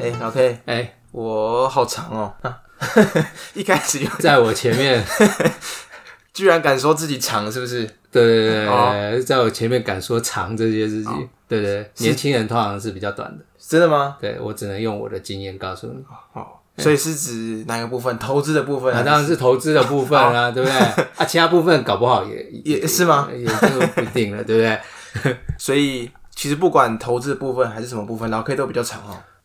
哎、老 K，哎、我好长哦， 啊一开始就在我前面， 居然敢说自己长，是不是？对对对、哦在我前面敢说长这些事情，对对对，年轻人通常是比较短的。真的吗？对我只能用我的经验告诉你，哦，所以是指哪个部分？投资的部分那、当然是投资的部分啊，对不对？啊，其他部分搞不好也哦 也是吗？也就不一定了，对不对？所以其实不管投资的部分还是什么部分，老 K 都比较长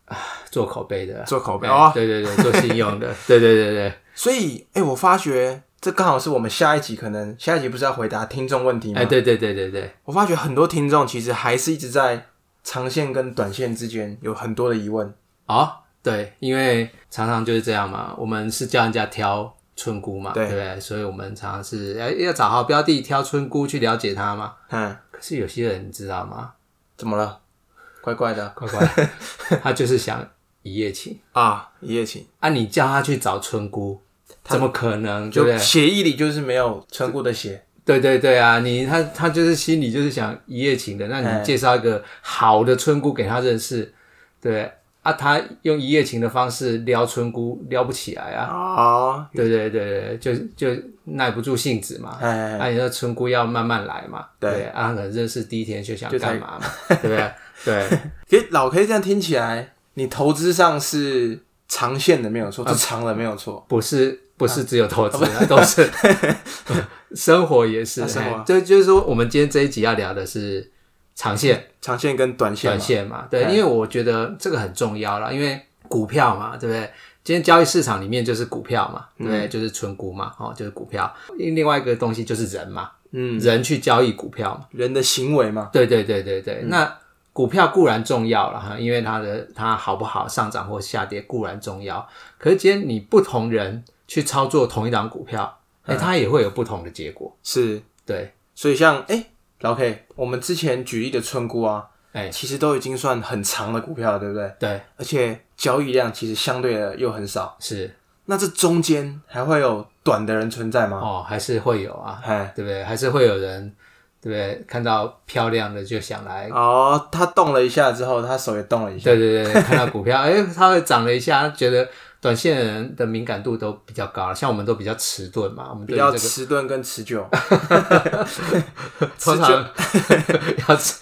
哦，做口碑的啊，做口碑哎哦。对 对对，做信用的，对对对对，所以，哎、我发觉这刚好是我们下一集可能下一集不是要回答听众问题吗？哎，对对对对对，我发觉很多听众其实还是一直在长线跟短线之间有很多的疑问。哦，对，因为常常就是这样嘛，我们是叫人家挑村姑嘛，对对不对？所以我们常常是要要找好标的，挑村姑去了解它嘛。嗯，可是有些人你知 道吗？怎么了？怪怪的乖乖，他就是想一夜情啊，一夜情啊！你叫他去找村姑，怎么可能？对不就对？协议里就是没有穿过的鞋，对对对啊！你他他就是心里就是想一夜情的，那哎你介绍一个好的村姑给他认识，对啊，他用一夜情的方式撩村姑，撩不起来啊。哦，对对对对，就就耐不住性子嘛。哎，啊，你说村姑要慢慢来嘛，对对啊，可能认识第一天就想就才干嘛嘛，对不对？对，可是老 K 这样听起来，你投资上是长线的没有嗯错，是长的没有错。不是不是只有投资，啊、都是生活也是。啊生活嘿就就是说，我们今天这一集要聊的是长线、长线跟短线短嘛，哎线嘛，对，因为我觉得这个很重要啦，因为股票嘛，对不对？今天交易市场里面就是股票嘛，对嗯不对？就是存股嘛，哦，就是股票。另外一个东西就是人嘛，嗯，人去交易股票嘛。人的行为嘛，对对对对对，嗯那股票固然重要了哈，因为它的它好不好上涨或下跌固然重要，可是今天你不同人去操作同一档股票，嗯哎、它也会有不同的结果。是。对，所以像哎、老 K，我们之前举例的村姑啊，哎、其实都已经算很长的股票了，对不对？对，而且交易量其实相对的又很少，是那这中间还会有短的人存在吗？哦，还是会有啊，哎、对不对？还是会有人，对不对？看到漂亮的就想来。哦，他动了一下之后，他手也动了一下，对对对，看到股票，哎，它会涨了一下，觉得短线的人的敏感度都比较高了，像我们都比较迟钝嘛，我们比对于较这个迟钝跟持久，通常 要吃，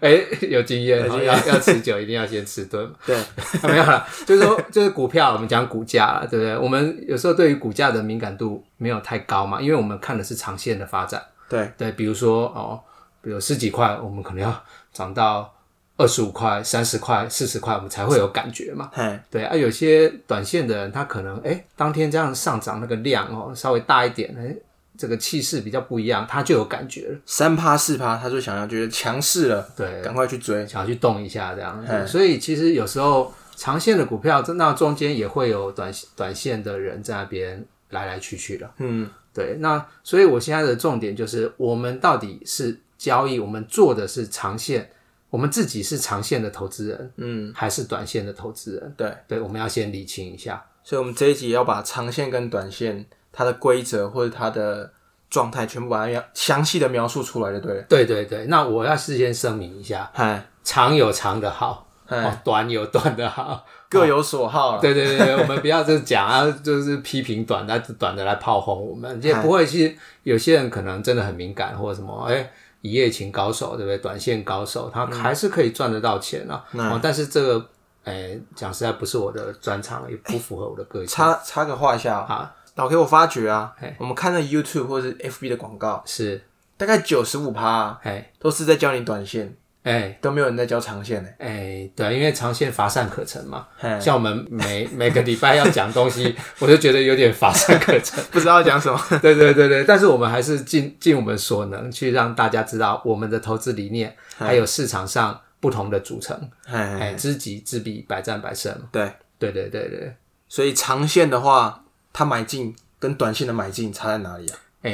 哎、有经验有哦，经要要持久，一定要先吃顿嘛。 对，啊没有啦，就是说，就是股票，我们讲股价啦，对不对？我们有时候对于股价的敏感度没有太高嘛，因为我们看的是长线的发展。对，对，比如说哦，比如十几块，我们可能要涨到二十五块、三十块、四十块，我们才会有感觉嘛。哎，对啊，有些短线的人，他可能哎、诶当天这样上涨那个量哦，稍微大一点，哎、这个气势比较不一样，他就有感觉了。三趴四趴，他就想要觉得强势了，对，赶快去追，想要去动一下这样嗯子。所以其实有时候长线的股票，那中间也会有短短线的人在那边来来去去的。嗯，对，那所以我现在的重点就是，我们到底是交易，我们做的是长线，我们自己是长线的投资人，嗯，还是短线的投资人？对，对，我们要先理清一下。所以我们这一集要把长线跟短线它的规则或者它的状态全部把它描详细的描述出来就对了，对对对，那我要事先声明一下，哎，长有长的好，哎哦，短有短的好。各有所好了，对对对，对我们不要就是讲啊，就是批评短的短的来炮轰我们，也不会去。有些人可能真的很敏感，或者什么，哎，一夜情高手，对不对？短线高手，他还是可以赚得到钱啊。哦，但是这个，哎，讲实在不是我的专长，也不符合我的个性。插插个话一下啊啊，老 K，我发觉啊嘿，我们看那 YouTube 或是 FB 的广告，是，大概九十五趴啊哎都是在教你短线，哎都没有人在教长线呢。哎，对，因为长线乏善可陈嘛。嘿，像我们每每个礼拜要讲东西， 我就觉得有点乏善可陈。 不知道讲 什么。 对对对对，但是我们还是尽尽我们所能去让大家知道我们的投资理念，还有市场上不同的组成，嘿，哎，知己知彼，百战百胜嘛。对，对对对对，所以长线的话，它买进跟短线的买进差在哪里啊？哎，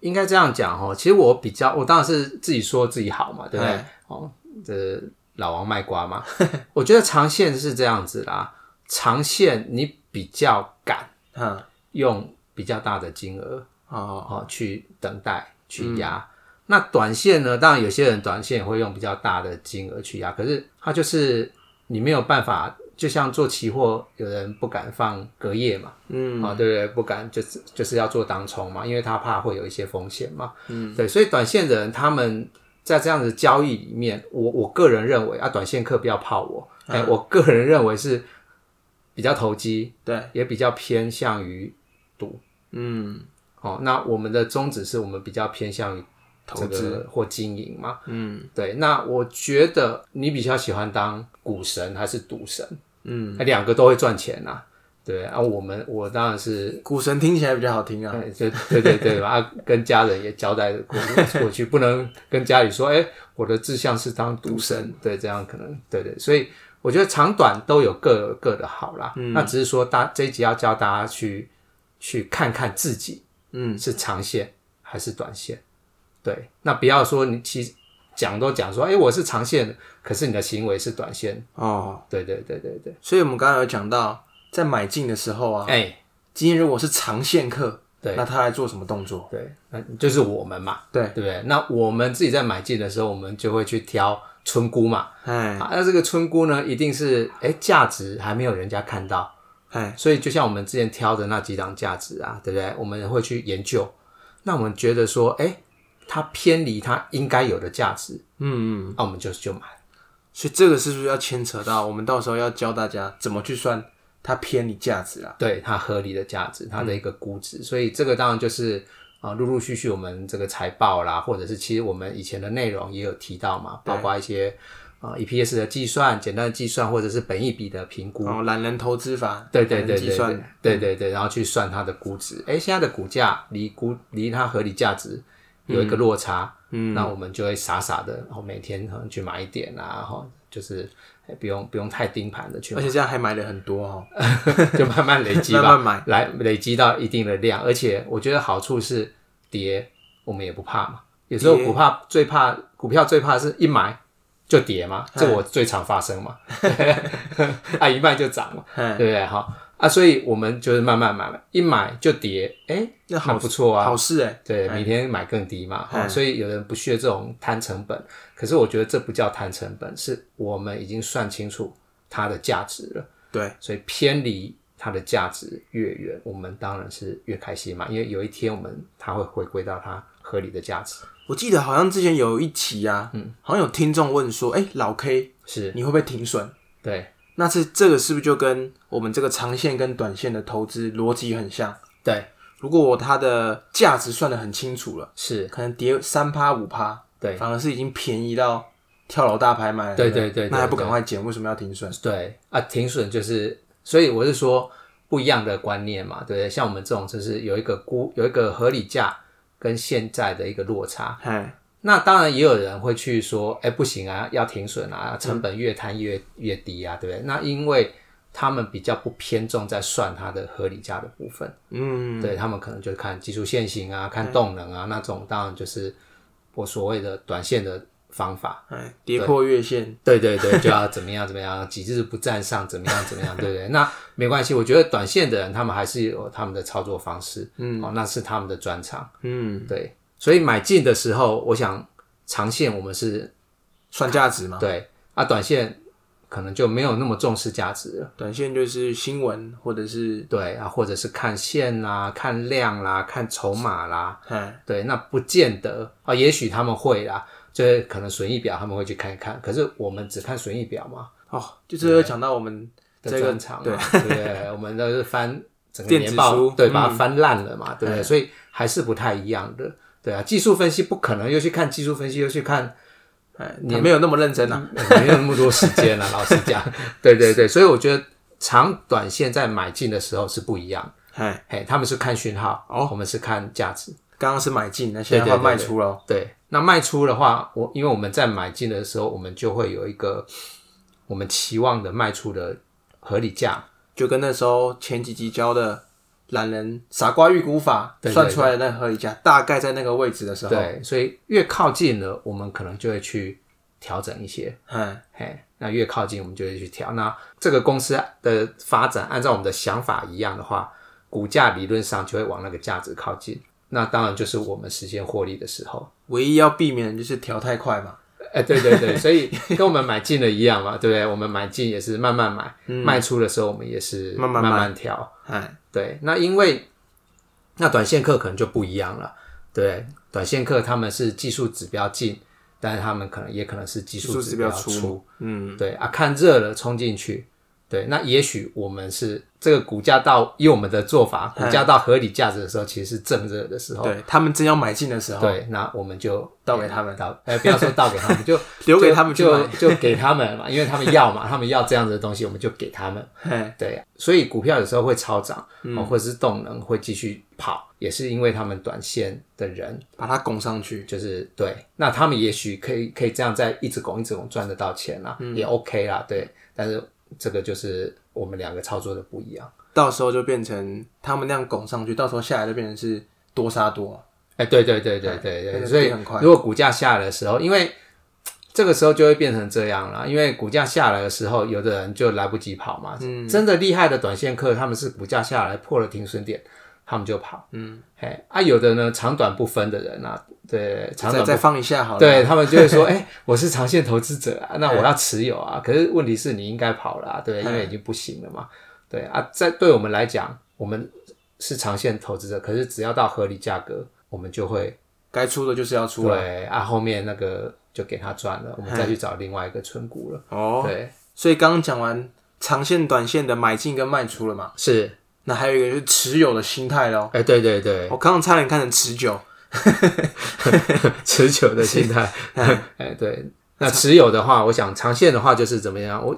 应该这样讲哦。其实我比较，我当然是自己说自己好嘛，对不对哎？哦，这老王卖瓜嘛。我觉得长线是这样子啦，长线你比较敢哈，用比较大的金额哦，嗯哦去等待去压。那短线呢？当然有些人短线也会用比较大的金额去压，可是它就是你没有办法就像做期货，有人不敢放隔夜嘛，嗯啊，对不对？不敢就是就是要做当冲嘛，因为他怕会有一些风险嘛。嗯，对，所以短线的人他们在这样子交易里面，我我个人认为啊，短线客不要泡我，啊哎、我个人认为是比较投机，对，也比较偏向于嗯哦。那我们的宗旨是我们比较偏向于这个投或经营嘛。嗯对，那我觉得你比较喜欢当股神还是赌神？嗯，哎两个都会赚钱呐、对啊，我们我当然是股神听起来比较好听啊，哎，对对对对吧？ 啊，跟家人也交代过过去， 不能跟家里说，哎、我的志向是当赌神，对，这样可能对对，所以我觉得长短都有各有各的好啦。嗯那只是说大这一集要教大家去去看看自己嗯是长线还是短线，对，那不要说你其实讲都讲说，哎、我是长线的，可是你的行为是短线，哦，对对对对对，所以我们刚刚有讲到，在买进的时候啊，哎、今天如果是长线客，对那他来做什么动作？对，那就是我们嘛。对，对不对？那我们自己在买进的时候，我们就会去挑村姑嘛。哎啊，那这个村姑呢，一定是哎价值还没有人家看到，哎，所以就像我们之前挑的那几档价值啊，对不对？我们会去研究。那我们觉得说，哎，它偏离它应该有的价值，嗯嗯，那我们就就买。所以这个是不是要牵扯到我们到时候要教大家怎么去算它偏离价值啊？对它合理的价值，它嗯的一个估值。所以这个当然就是啊、陆陆续续我们这个财报啦，或者是其实我们以前的内容也有提到嘛，包括一些啊、EPS 的计算、简单的计算，或者是本益比的评估。然后哦懒人投资法，嗯对对懒人对对计对算，嗯对对对，然后去算它的估值。哎，现在的股价离估离它合理价值有一个落差，嗯，那我们就会傻傻的，然后每天可能去买一点啊，哈，就是哎不用不用太盯盘的去买而且这样还买了很多哦。 就慢慢累积吧，慢慢来累积到一定的量，而且我觉得好处是跌，我们也不怕嘛。有时候跌哎股怕最怕股票最怕是一买就跌嘛，这我最常发生嘛， 啊一卖就涨嘛，对哎，不对？哈啊，所以我们就是慢慢买，一买就跌，哎，那好蛮不错啊，好事哎，对，明天买更低嘛，嗯哦所以有人不屑这种摊成本，可是我觉得这不叫摊成本，是我们已经算清楚它的价值了。对，所以偏离它的价值越远，我们当然是越开心嘛，因为有一天我们它会回归到它合理的价值。我记得好像之前有一期啊，嗯好像有听众问说，哎，老 K，是你会不会停损？对那是这个是不是就跟我们这个长线跟短线的投资逻辑很像？对如果我它的价值算得很清楚了，是，可能跌三趴五趴，对反而是已经便宜到跳楼大拍卖了，对不对对对那还不赶快减，为什么要停损？对啊，停损就是，所以我是说不一样的观念嘛，对不对？像我们这种就是有一个估有一个合理价跟现在的一个落差，哎，那当然也有人会去说，哎、不行啊，要停损啊，成本越摊越越低啊，对不对？那因为他们比较不偏重在算它的合理价的部分，嗯，对他们可能就看技术线型啊，看动能啊，那种当然就是我所谓的短线的方法。哎，跌破月线，对对对，就要怎么样怎么样，几日不站上怎么样怎么样，对不对？那没关系，我觉得短线的人他们还是有他们的操作方式，嗯，哦，那是他们的专长，嗯，对。所以买进的时候，我想长线我们是算价值嘛。对啊，短线可能就没有那么重视价值了。短线就是新闻或者是，对啊，或者是看线啦、看量啦、看筹码啦，哎，对，那不见得啊，也许他们会啦，就是可能损益表他们会去看一看，可是我们只看损益表嘛哦，就是有讲到我们的这个专长啊嘛，对不对？我们都是翻 整个电子年报书，嗯哎对，把它翻烂了嘛，对不对？所以还是不太一样的，对啊，技术分析不可能又去看技术分析，又去看哎，你没有那么认真啊。没有那么多时间了、老实讲，对对对，所以我觉得长短线在买进的时候是不一样，哎，嘿，他们是看讯号，哦我们是看价值，刚刚是买进，那现在对对要对卖出了。对。那卖出的话，我因为我们在买进的时候，我们就会有一个我们期望的卖出的合理价，就跟那时候前几集教的懒人傻瓜预估法对对算出来的那合理价，大概在那个位置的时候，对，所以越靠近了，我们可能就会去调整一些，哎，嘿，那越靠近我们就会去调。那这个公司的发展，按照我们的想法一样的话，股价理论上就会往那个价值靠近。那当然就是我们实现获利的时候。唯一要避免的就是调太快嘛。哎，对对对，所以跟我们买进的一样嘛，对 不对？我们买进也是慢慢买，卖出的时候我们也是嗯慢慢慢卖慢调。哎，对，那因为那短线客可能就不一样了，对，短线客他们是技术指标进，但是他们可能也可能是技技术术指标标出嗯，对啊，看热了冲进去，对，那也许我们是这个股价到以我们的做法，股价到合理价值的时候，其实是正热的时嗯候，对他们真要买进的时候，对，那我们就倒给他们倒，哎、不要说倒给他 们，就留给他们去就就就给他们嘛，因为他们要嘛，他 们要这样子的东西，我们就给他们。嘿，对，所以股票有时候会超涨，嗯哦或者是动能会继续跑，也是因为他们短线的人把它拱上去，就是对，那他们也许可以可以这样再一直拱一直拱赚得到钱啦，也 OK 啦，对。但是这个就是我们两个操作的不一样。到时候就变成他们那样拱上去，到时候下来就变成是多杀多，哎、对对对对对那对，个所以跌很快如果股价下来的时候，因为嘖这个时候就会变成这样了，因为股价下来的时候，有的人就来不及跑嘛。真的厉害的短线客，他们是股价下来破了停损点，他们就跑。嗯，哎，啊，有的呢长短不分的人啊，对，长短再不再放一下好了，哎对他们就 会说，哎、我是长线投资者啊，那我要持有啊。可是问题是你应该跑了、啊，对，因为已经不行了嘛。对啊，在对我们来讲，我们是长线投资者，可是只要到合理价格，我们就会该出的就是要出了，哎对啊，后面那个就给他赚了，我们再去找另外一个存股了。哦，对，所以刚刚讲完长线、短线的买进跟卖出了嘛，是，那还有一个就是持有的心态咯。哎、对对对，我刚刚差点看成持久， 持久的 心态。哎，对，那持有的话，我想长线的话就是怎么样？我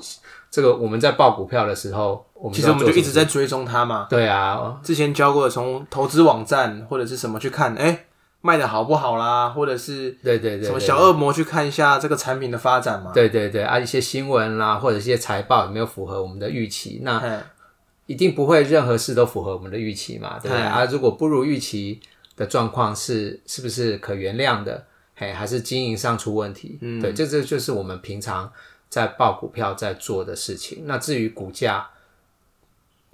这个我们在报股票的时候，我们其实我们要就做一直在追踪它嘛。对啊，之前教过的，从投资网站或者是什么去看，哎、卖的好不好啦，或者是对对对对，什么小恶魔去看一下这个产品的发展嘛。对对对啊，一些新闻啦，或者一些财报有没有符合我们的预期？那嘿一定不会任何事都符合我们的预期嘛，对不对？哎啊，如果不如预期的状况是是不是可原谅的？嘿，还是经营上出问题？嗯，对，这这就是我们平常在报股票在做的事情。那至于股价，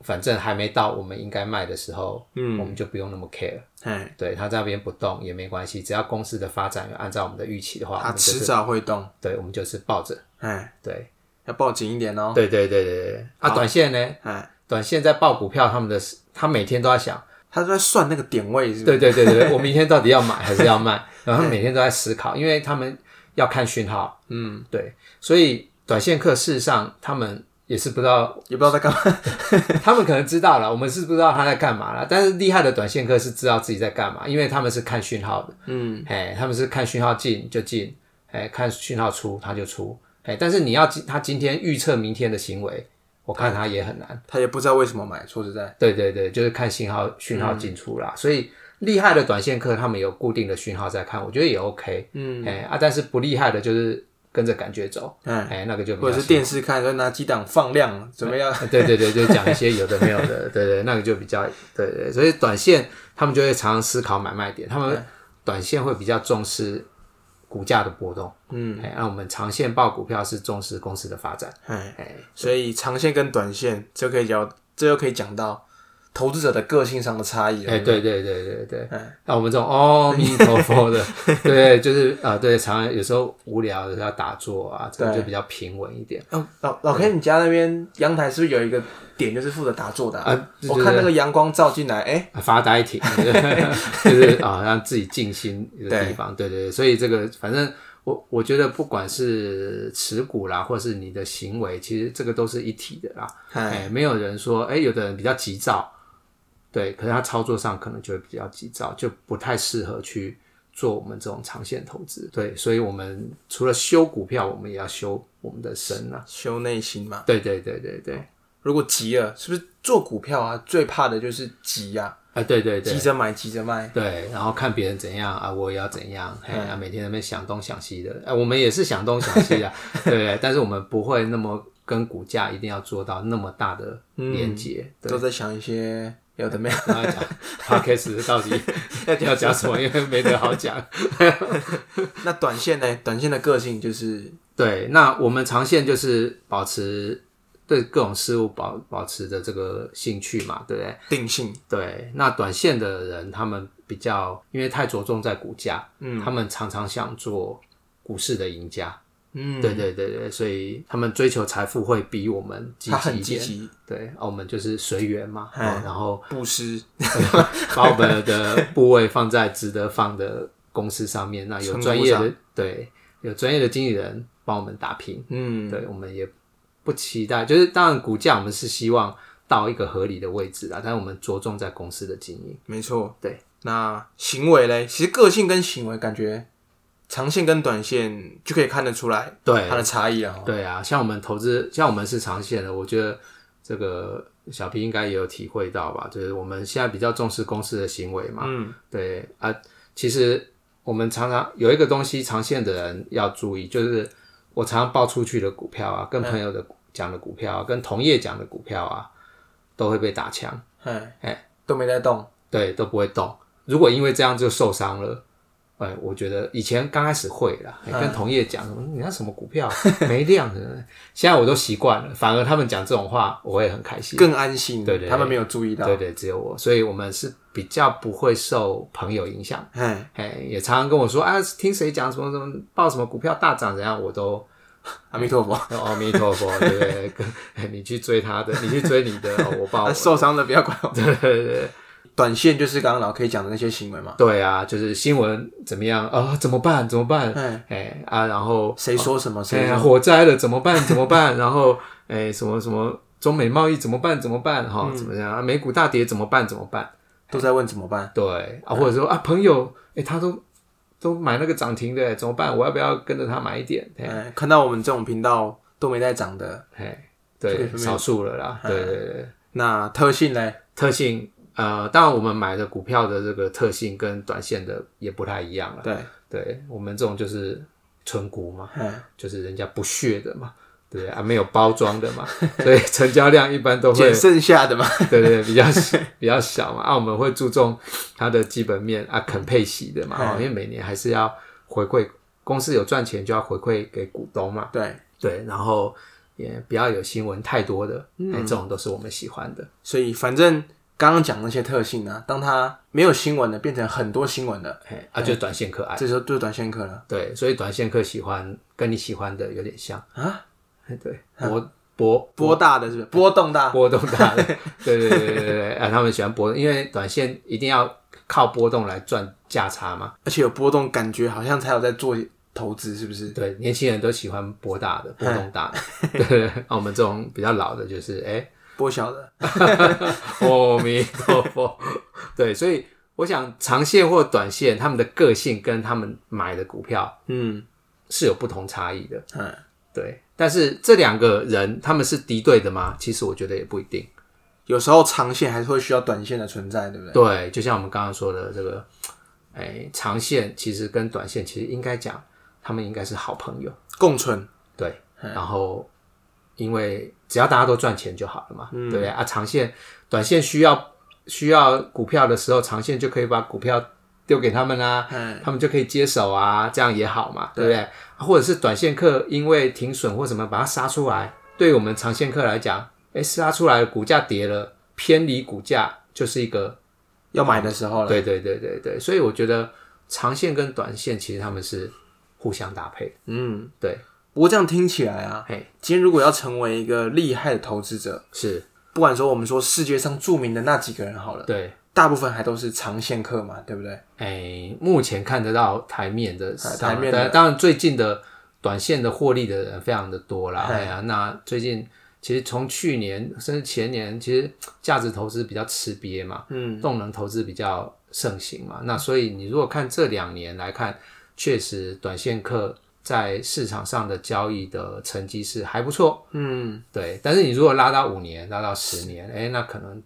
反正还没到我们应该卖的时候，嗯，我们就不用那么 care。嘿，对，它在那边不动也没关系，只要公司的发展有按照我们的预期的话，我它们就迟是早会动，对，我们就是抱着。哎，对，要抱紧一点哦。对对对对对。啊，短线呢？哎，短线在报股票，他们的他每天都在想， 他在算那个点位是不是？对对对 对，我明天到底要买还是要卖？然后他们每天都在思考，因为他们要看讯号，嗯，对，所以短线客事实上他们也是不知道， 也不知道在干嘛。他们可能知道了，我们是不知道他在干嘛了。但是厉害的短线客是知道自己在干嘛，因为他们是看讯号的，嗯，哎，他们是看讯号进就进，哎，看讯号出他就出，哎，但是你要今他今天预测明天的行为，我看他也很难。他也不知道为什么买，说实在，对对对，就是看信号讯嗯号进出啦。所以厉害的短线客他们有固定的讯号在看，我觉得也 OK。嗯，哎啊，但是不厉害的就是跟着感觉走，嗯，哎，那个就比较或者是电视看，就拿几档放量，怎么样？ 对对对，就讲一些有的没有 的，对对，那个就比较对对，所以短线他们就会常常思考买卖点，他嗯们短线会比较重视股价的波动，嗯，哎，那我们长线报股票是重视公司的发展，哎，哎，所以长线跟短线，这可以聊，这又可以讲到投资者的个性上的嗯差异了。哎、对对对对对，那、我们这种阿弥陀佛的， 对，就是啊、对，常常有时候无聊的时候要打坐啊，这个就比较平稳一点。哦，老老嗯 K，你家那边阳台是不是有一个点，就是负责打坐的啊对对我对看那个阳光照进来，哎，啊发呆 挺，就是啊、让自己静心的地方，对对对，所以这个反正我我觉得不管是持股啦，或是你的行为，其实这个都是一体的啦。哎、没有人说，哎、有的人比较急躁，对，可是他操作上可能就会比较急躁，就不太适合去做我们这种长线投资。对，所以我们除了修股票，我们也要修我们的身啊。修内心嘛。对对对对对，如果急了，是不是做股票啊？最怕的就是急呀、啊、对对啊，对急着买，急着卖。对，然后看别人怎样啊，我也要怎样，哎呀、啊，每天在那边想东想西的，哎、我们也是想东想西的，对不对？但是我们不会那么跟股价一定要做到那么大的连接，对。都在想一些有的没有。跟他讲 podcast 到底要讲什么，因为没得好讲。 那短线呢？短线的个性就是对，那我们长线就是保持对各种事物保保持着这个兴趣嘛，对不对？定性，对，那短线的人他们比较因为太着重在股价，嗯，他们常常想做。股市的赢家。嗯，对对对对，所以他们追求财富会比我们积他极很一积点。极对，啊，我们就是随缘嘛，嗯哦然后布施，把我们的部位放在值得放的公司上面，那有称呼专业的上对有专业的经理人帮我们打拼，嗯，对我们也不期待，就是当然股价我们是希望到一个合理的位置啦，但是我们着重在公司的经营。没错，对。那行为嘞，其实个性跟行为感觉长线跟短线就可以看得出来对，它的差异了哦。对啊，像我们投资，像我们是长线的，我觉得这个小 P 应该也有体会到吧，就是我们现在比较重视公司的行为嘛。嗯，对啊，其实我们常常有一个东西，长线的人要注意，就是我常常报出去的股票啊，跟朋友嗯的股讲的股票、啊，跟同业讲的股票啊，都会被打枪，哎哎，都没在动，对，都不会动。如果因为这样就受伤了。哎，我觉得以前刚开始会啦，哎跟同业讲什么，你那什么股票没量的，现在我都习惯了，反而他们讲这种话，我会很开心。更安心。对对对他们没有注意到。对对，只有我，所以我们是比较不会受朋友影响。哎，哎，也常常跟我说啊，听谁讲什么什么报什么股票大涨怎样，我都哦阿弥陀佛，阿弥陀佛，对不对？ 跟哎你去追他的，你去追你的，哦我报我啊的。 受伤了不要管我。对对对对短线就是刚刚老 K 讲的那些行为嘛，对啊，就是新闻怎么样啊？怎么办？怎么办？哎哎啊，然后谁说什么哎谁呀，说火灾了怎么办？怎么办？ 然后哎，什么什么中美贸易怎么办？怎么办？哈、怎么样？啊美股大跌怎么办？怎么办？都在问怎么办？对啊，或者说啊，朋友，哎，他都都买那个涨停的，怎么办？我要不要跟着他买一点？哎哎，看到我们这种频道都没在涨的，哎，这个对，方面少数了啦。对对对，那特性嘞？特性呃，当然我们买的股票的这个特性跟短线的也不太一样了。对，对我们这种就是纯股嘛，哎，就是人家不屑的嘛，对啊，没有包装的嘛，所以成交量一般都会捡剩下的嘛， 对对对比较比较小嘛。啊，我们会注重它的基本面啊，肯配息的嘛，哦因为每年还是要回馈公司有赚钱就要回馈给股东嘛，对，对，然后也不要有新闻太多的，嗯哎、这种都是我们喜欢的。所以反正刚刚讲那些特性呢，当它没有新闻的变成很多新闻的，嘿啊，就短线可爱。这时候就是短线客了对，所以短线客喜欢跟你喜欢的有点像，啊，对，波波波大的是不是？波动大， 波动大的，对对对对对对啊，他们喜欢波动，因为短线一定要靠波动来赚价差嘛。而且有波动，感觉好像才有在做投资，是不是？对，年轻人都喜欢波大的，波动大的。 对对，对啊，我们这种比较老的，就是哎，波小的，阿弥陀佛。 对，所以我想长线或短线，他们的个性跟他们买的股票嗯是有不同差异的。嗯，对，但是这两个人他们是敌对的吗？其实我觉得也不一定。有时候长线还是会需要短线的存在，对不对？对，就像我们刚刚说的这个，哎，长线其实跟短线其实应该讲，他们应该是好朋友。共存，对，嗯然后因为只要大家都赚钱就好了嘛，嗯对不对啊？长线、短线需要需要股票的时候，长线就可以把股票丢给他们啊，嗯他们就可以接手啊，这样也好嘛，对不对？或者是短线客因为停损或什么把它杀出来，对于我们长线客来讲，哎，杀出来股价跌了，偏离股价就是一个要买的时候了，对对对对对，所以我觉得长线跟短线其实他们是互相搭配的。嗯，对，不过这样听起来啊，嘿，今天如果要成为一个厉害的投资者，是，不管说我们说世界上著名的那几个人好了，对，大部分还都是长线客嘛，对不对？哎，目前看得到台面的台上台面当的然当然最近的短线的获利的人非常的多啦。哎呀，那最近其实从去年甚至前年，其实价值投资比较吃瘪嘛，嗯，动能投资比较盛行嘛。那所以你如果看这两年来看，确实短线客在市场上的交易的成绩是还不错，嗯，对，但是你如果拉到五年，拉到十年，哎、那可能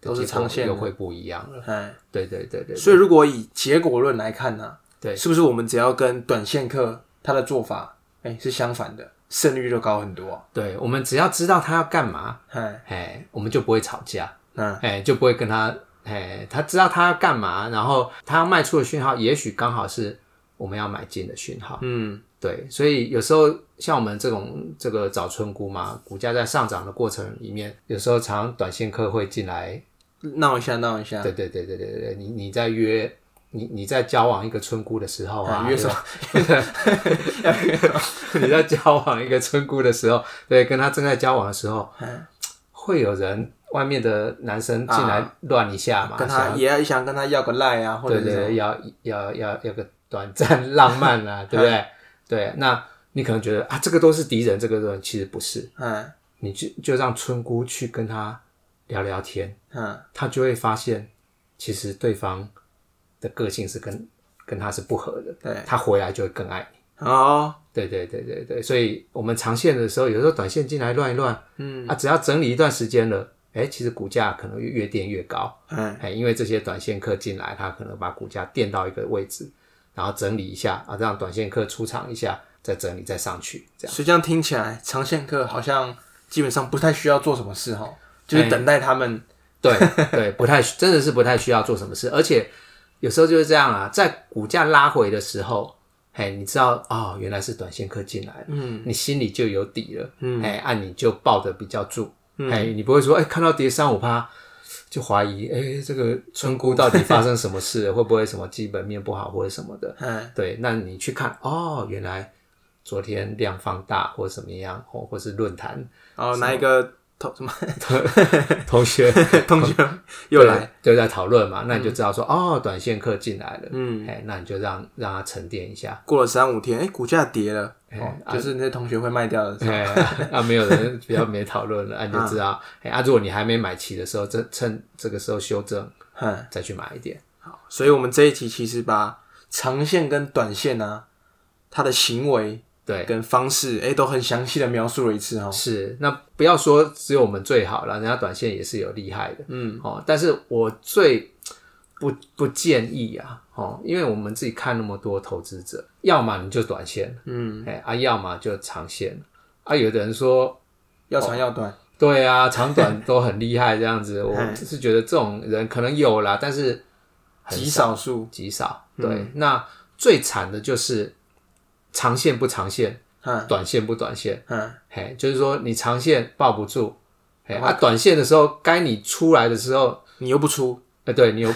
都是结果长线的又会不一样了。哎，对对对对，所以如果以结果论来看呢、啊对是不是我们只要跟短线客他的做法，哎，是相反的，胜率就高很多、啊，对我们只要知道他要干嘛，哎，哎，我们就不会吵架，嗯，哎，就不会跟他，哎，他知道他要干嘛，然后他要卖出的讯号，也许刚好是我们要买进的讯号。嗯，对，所以有时候像我们这种这个早春估嘛，股价在上涨的过程里面，有时候常常短线客会进来闹一下，闹一下，对对对对对对，你你在约你你在交往一个村姑的时候啊，啊约对什吧 你在交往一个村姑的时候，对，跟他正在交往的时候，嗯会有人外面的男生进来乱一下嘛，啊跟想他也要想跟他要个赖啊，或者是对对什么对，要要要要个短暂浪 漫啊，对不对？对，那你可能觉得啊，这个都是敌人，这个人其实不是，嗯你就就让村姑去跟他聊聊天，嗯他就会发现，其实对方的个性是跟跟他是不合的，对，他回来就会更爱你。哦对对对对对，所以我们长线的时候，有时候短线进来乱一乱，嗯啊，只要整理一段时间了，哎，其实股价可能越垫越高。嗯哎，因为这些短线客进来，他可能把股价垫到一个位置，然后整理一下啊，让短线客出场一下，再整理再上去，这样。所以这样听起来，长线客好像基本上不太需要做什么事哈，哎就是等待他们对 对，不太真的是不太需要做什么事，而且有时候就是这样啊，在股价拉回的时候，哎，你知道哦，原来是短线客进来了，嗯，你心里就有底了，嗯，哎，按、你就抱得比较住，哎，你不会说哎看到跌三五趴。就怀疑，哎、这个村姑到底发生什么事了？ 会不会什么基本面不好或者什么的？嗯对，那你去看哦，原来昨天量放大或怎么样，或或是论坛哦拿一个同什么 同学同学又来，就在讨论嘛，那你就知道说、哦，短线客进来了，嗯，哎，那你就让让它沉淀一 下，过了三五天，哎、股价跌了，哦哎，就是那些同学会卖掉的时候，哎，啊，没有人比较没讨论了， 啊，你就知道，哎，啊，如果你还没买齐的时候，这趁这个时候修正哼、再去买一点，好，哎所以我们这一期其实把长线跟短线啊，它的行为对。跟方式，哎、都很详细的描述了一次哦。是，那不要说只有我们最好了，人家短线也是有厉害的，嗯，哦，但是我最不不建议啊，哦，因为我们自己看那么多投资者，要么你就短线，嗯，哎啊，要么就长线，啊，有的人说，要哦长要短，对啊，长短都很厉害这 样子，哎我是觉得这种人可能有啦，但是很极少数，极少，嗯对，那最惨的就是长线不长线，嗯短线不短线。嗯嘿，就是说你长线抱不住，嘿，啊，短线的时候该你出来的时候，你又不出，呃，对你又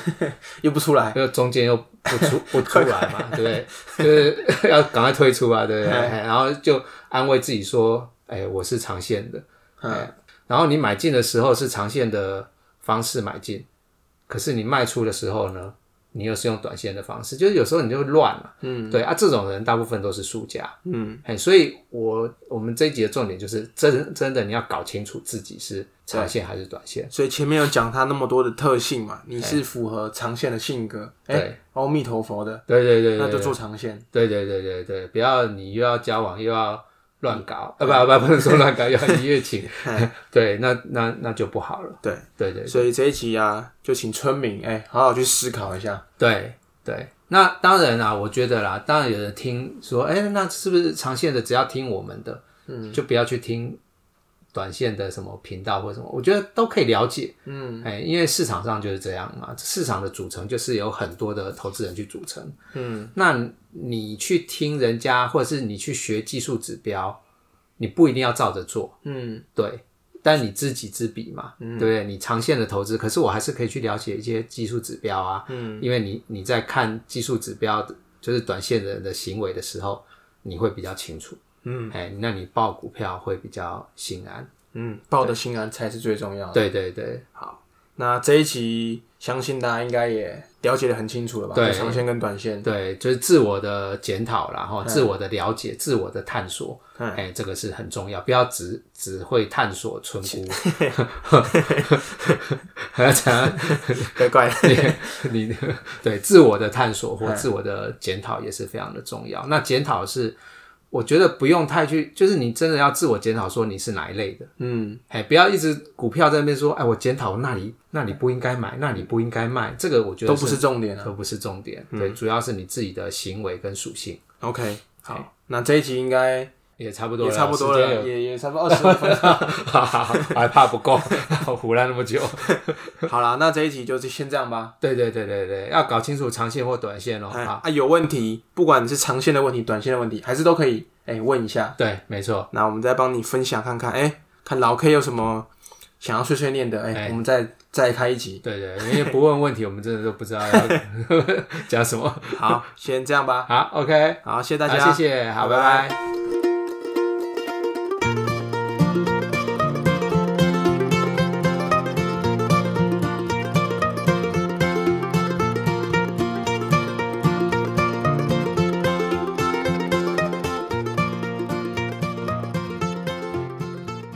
又不出来，又中间又不出不出来 嘛，对不对？就是要赶快退出啊，对不对？嗯嘿然后就安慰自己说，哎，我是长线的，嗯哎然后你买进的时候是长线的方式买进，可是你卖出的时候呢，你又是用短线的方式，就是有时候你就乱了、嗯，对啊，这种人大部分都是输家，嗯，哎，所以我我们这一集的重点就是真真的你要搞清楚自己是长线还是短线，所以前面有讲它那么多的特性嘛，你是符合长线的性格，哎、对阿弥陀佛的，对对对那对就做长线，对对对对对，不要你又要交往又要乱搞，嗯呃、不不不能说 乱搞，要一夜情，哎 对，那那那就不好了，对。对对对所以这一集啊，就请村民哎、好好去思考一下，对对，那当然啦，我觉得啦，当然有人听说，哎、那是不是长线的只要听我们的，嗯，就不要去听短线的什么频道或什么，我觉得都可以了解，嗯，哎、因为市场上就是这样嘛，市场的组成就是有很多的投资人去组成，嗯，那你去听人家，或者是你去学技术指标，你不一定要照着做，嗯对，但你知己知彼嘛，对不对？你长线的投资，可是我还是可以去了解一些技术指标啊，嗯，因为你你在看技术指标的，就是短线人的行为的时候，你会比较清楚，嗯，哎，那你报股票会比较心安，嗯，抱得心安才是最重要的。对对对那这一集相信大家应该也了解的很清楚了吧？对就长线跟短 线，对，就是自我的检讨啦，哈，自我的了解，自我的探索，嗯哎，这个是很重要，不要只只会探索村 姑，还要讲。怪怪的。你的对自我的探索嗯或自我的检讨也是非常的重要。那检讨是，我觉得不用太去，就是你真的要自我检讨，说你是哪一类的，嗯，哎，不要一直股票在那边说，哎，我检讨那里那里不应该买，那里不应该卖，这个我觉得都不是重点啊。都不是重点，对，主要是你自己的行为跟属性 OK，好，那这一集应该也差不多也了，啊差不多时间了， 有。 也也差不多二十分钟。哈哈哈还怕不够， 胡乱那么久。 好啦，那这一集就先这样吧。对对对对对，要搞清楚长线或短线哦。哎啊，啊，有问题，不管你是长线的问题、短线的问题，还是都可以哎问一下。对，没错。那我们再帮你分享看看，哎，看老 K 有什么想要碎碎念的，哎、哎我们再再开一集。对对，因为不问问题，我们真的都不知道要 讲什么。好，先这样吧。好，OK，好，谢谢大大家，谢谢，好，拜拜拜